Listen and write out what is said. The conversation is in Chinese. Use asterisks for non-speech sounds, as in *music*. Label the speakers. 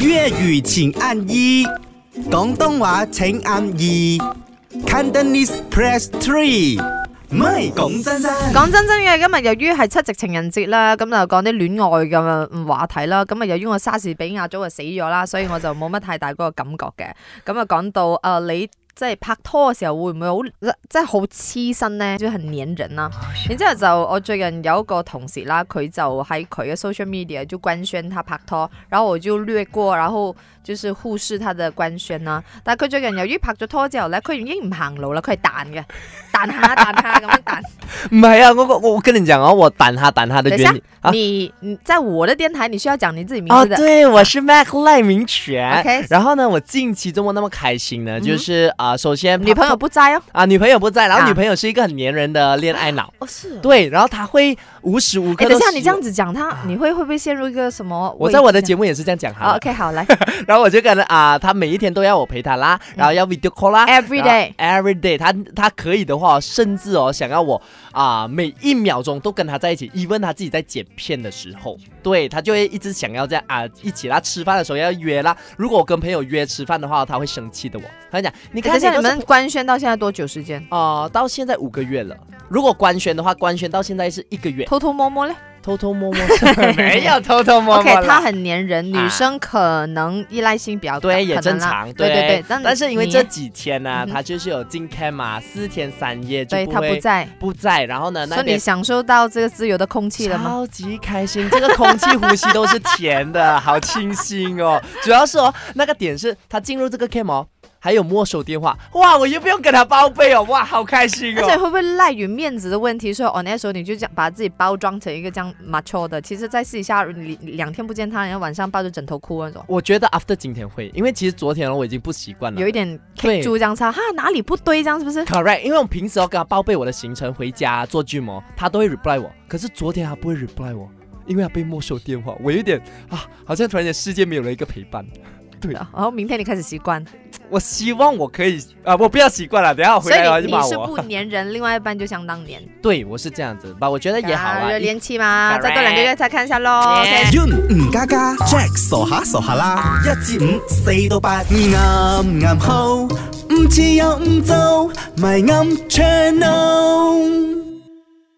Speaker 1: 粤语请按一，广东话请按二，Cantonese press three。唔係講真真，
Speaker 2: 講真真嘅，今日由於係七夕情人節啦，咁就講啲戀愛嘅話題啦。咁啊，由於我莎士比亞早就死咗啦，所以我就冇乜太大嗰個感覺嘅。咁啊，講到誒、呃你即係拍拖嘅時候會唔會好即係好黐身呢？即係很黏人啦。然之後就我最近有一個同事啦，佢就喺佢嘅 social media 就官宣他拍拖，然後我就略過，然後就是忽視他嘅官宣啦。但係佢最近由於拍咗拖之後咧，佢已經唔行路啦，佢係彈嘅，彈下彈下咁樣彈。
Speaker 3: 唔係啊，我我我跟你講啊，我等下等下的
Speaker 2: 等一
Speaker 3: 原
Speaker 2: 下
Speaker 3: 因，啊
Speaker 2: 你你在我的电台，你需要讲你自己名
Speaker 3: 哦，
Speaker 2: 字的。
Speaker 3: 对，我是 Mac 赖明全。
Speaker 2: OK 嗯
Speaker 3: 然后呢，我近期怎么那么开心呢？就是啊、首先
Speaker 2: 女朋友不在哦。
Speaker 3: 啊、女朋友不在，然后
Speaker 2: 啊
Speaker 3: 女朋友是一个很黏人的恋爱脑，
Speaker 2: 哦，是。
Speaker 3: 对，然后她会无时无刻
Speaker 2: 哎，
Speaker 3: 都。
Speaker 2: 等
Speaker 3: 啊
Speaker 2: 一下，你这样，子讲他，你会会不会陷入一个什么位置呢？
Speaker 3: 我在我的节目也是这样讲哈、
Speaker 2: 哦。OK，好，
Speaker 3: *laughs*
Speaker 2: 来
Speaker 3: 然后我就可能啊，她每一天都要我陪她啦，然后要 video call 啦。
Speaker 2: 嗯，Every day。
Speaker 3: every day，她她可以的话，甚至哦想要我啊、每一秒钟都跟她在一起，even 她自己在剪片的时候，对她就会一直想要在啊、一起啦，吃饭的时候要约啦。如果我跟朋友约吃饭的话，她会生气的我，她会讲你
Speaker 2: 等
Speaker 3: 看
Speaker 2: 一下，
Speaker 3: 都
Speaker 2: 你
Speaker 3: 是
Speaker 2: 们官宣到现在多久时间？
Speaker 3: 啊、到现在五个月了。如果官宣的话，官宣到现在是一个月，
Speaker 2: 偷偷摸摸嘞
Speaker 3: 偷偷摸摸没有偷偷摸摸啦。
Speaker 2: ？OK，他很粘人，女
Speaker 3: 啊
Speaker 2: 生可能依赖性比较大，
Speaker 3: 哦对，也
Speaker 2: 可
Speaker 3: 正
Speaker 2: 能啦
Speaker 3: 常，
Speaker 2: 对对对，但
Speaker 3: 但是因为
Speaker 2: 你
Speaker 3: 这几天呢、
Speaker 2: 嗯哼
Speaker 3: 他就是有进 camp 嘛，四天三夜就
Speaker 2: 对
Speaker 3: 不
Speaker 2: 他
Speaker 3: 会
Speaker 2: 不在，
Speaker 3: 不在，然后呢，
Speaker 2: 所
Speaker 3: 那
Speaker 2: 以你
Speaker 3: 边
Speaker 2: 享受到这个自由的空气了吗？
Speaker 3: 超级开心，这个空气呼吸都是甜的，好清新哦。主要是哦，那个点是他进入这个 camp 哦，还有没收电话，哇，我又不用跟他报备哦，哇，好开心
Speaker 2: 而且会
Speaker 3: 哦。
Speaker 2: 不会赖于面子的问题？所以 on air 的时候你就这样把自己包装成一个这样 macho 的，其实再试一下，你你两天不见他，然后晚上抱着枕头哭那种，
Speaker 3: 我觉得 after 今天会，因为其实昨天哦我已经不习惯了
Speaker 2: 有一。点 K
Speaker 3: 对
Speaker 2: 猪这样差，哈哪里不对这样是不
Speaker 3: *laughs*
Speaker 2: 是？
Speaker 3: Correct，因为我平时要跟他报备我的行程、回家、做 gym 哦，他都会 reply 我。可是昨天他不会 reply 我，因为他被没收电话，我有点啊，好像突然间世界没有了一个陪伴。
Speaker 2: 然后明天你开始习惯，
Speaker 3: 我希望我可以啊，我不要习惯了，等一下
Speaker 2: 所
Speaker 3: 回
Speaker 2: 以
Speaker 3: 来他就
Speaker 2: 你你
Speaker 3: 骂
Speaker 2: 是
Speaker 3: 我。
Speaker 2: 不粘人，另外一半就相当粘，
Speaker 3: *laughs* 对，我是这样子吧，我觉得 *laughs* 也好
Speaker 2: 啊
Speaker 3: 啦
Speaker 2: 热。恋期嘛，
Speaker 3: *laughs* Correct
Speaker 2: 再过两个月再看一下
Speaker 3: *laughs*
Speaker 2: 咯。
Speaker 3: Yeah
Speaker 2: OK，
Speaker 1: Yun 吳家家 Jack 傻下傻下啦，一至五四到八，啱啱好，唔似有唔做，咪啱 channel。